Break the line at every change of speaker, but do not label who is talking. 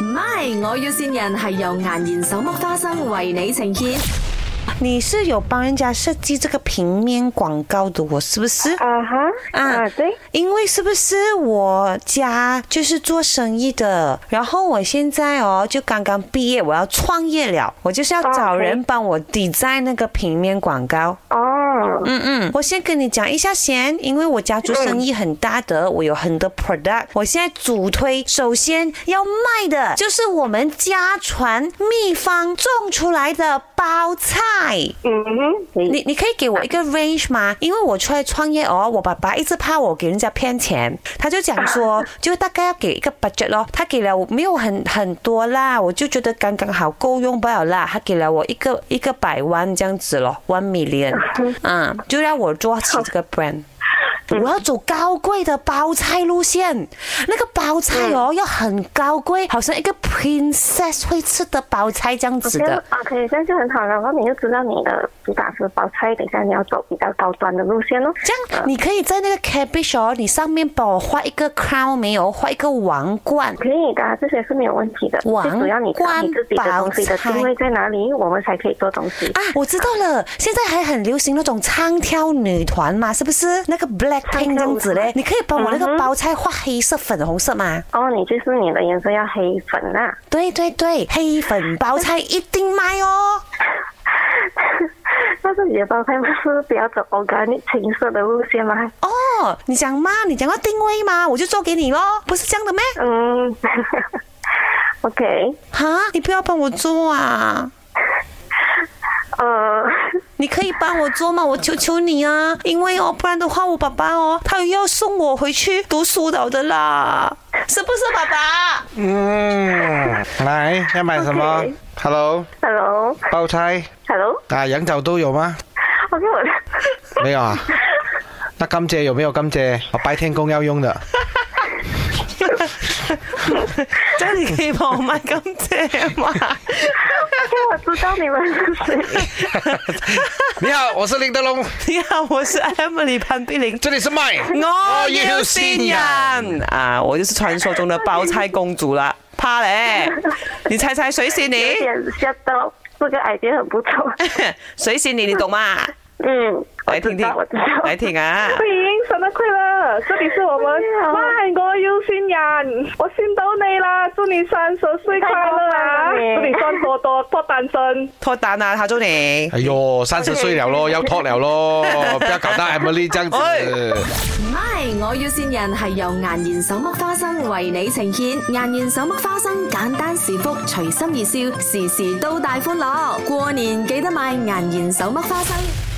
MY，我要線人係由顏然手剝花生為你呈現。
你是有帮人家设计这个平面广告的，我是不是？
啊哈，
啊
啊对，
因为是不是我家就是做生意的，然后我现在哦就刚刚毕业，我要创业了，我就是要找人帮我抵在那个平面广告。
哦，
嗯嗯，我先跟你讲一下先，因为我家族生意很大的，我有很多 product，我现在主推首先要卖的就是我们家传秘方种出来的包菜。
嗯哼，你
你你可以给我一个 range 吗？因为我出来创业哦，我爸爸一直怕我给人家骗钱，他就讲说，就大概要给一个 budget 咯。他给了我没有很很多啦，我就觉得刚刚好够用不了啦。他给了我一个一个百万这样子咯，one million，嗯，就让我做起这个 brand。我要走高贵的包菜路线，那个包菜哦要很高贵，好像一个 princess 会吃的包菜这样子
这
的
样。OK，这样就很好了。然后你就知道你的主打是包菜，等一下你要走比较高端的路线哦。
这样你可以在那个 cabbage 哦，你上面帮我画一个 crown 没有？画一个王冠。
可以的，这些是没有问题的。
王
最主要你知道你自己的东西的
冠包菜
定位在哪里，我们才可以做东西
啊。，我知道了，现在还很流行那种唱跳女团嘛，是不是？那个 Blackpink
唱跳舞团
这样子嘞，你可以帮我那
嗯
个
哼
包菜画黑色、粉红色嘛？
哦，你就是你的颜色要黑粉啊啦、
对对对，黑粉包菜一定卖哦。
但是你的包菜不是比较走 organic 青色的路线吗？
哦，你讲嘛，你讲要定位嘛，我就做给你咯，不是这样的咩？
嗯 ，OK，
哈，你不要帮我做啊！
呃，
你可以帮我做吗？我求求你啊！因为哦，不然的话，我爸爸哦，他又要送我回去读书了的啦，是不是爸爸？
嗯，来要买什么
OK
？Hello，
，Hello，Hello，OK，、
包菜啊，羊角都有吗？
我的。
没 有啊。那甘蔗有没有甘蔗？我白天工要用的。
这样你可以帮我买甘蔗吗？
我 知道你们是谁。
你好，我是林德龙，
你好，我是 Emily 潘碧玲。
这里是麦。
我要新人啊！我就是传说中的包菜公主啦，怕嘞！你猜猜谁是
有
你？
点吓到，这个 idea 很不 错。
谁是你？你懂吗？
嗯，
来听听
我知道，
来听啊！
欢迎生日快乐！这里是我们万我要新人，我见到你啦，祝你三十岁快乐
太
啊！
过分了你
祝你赚多多，多单身。
脱单啊，他祝你。
哎呦，三十岁了咯，要脱了咯，不要搞到 Emily 这样
哎
子。
MY，我要線人係由顏然手剝花生為你呈現。顏然手剝花生，簡單是福，隨心而笑，時時都大歡樂。過年記得買顏然手剝花生。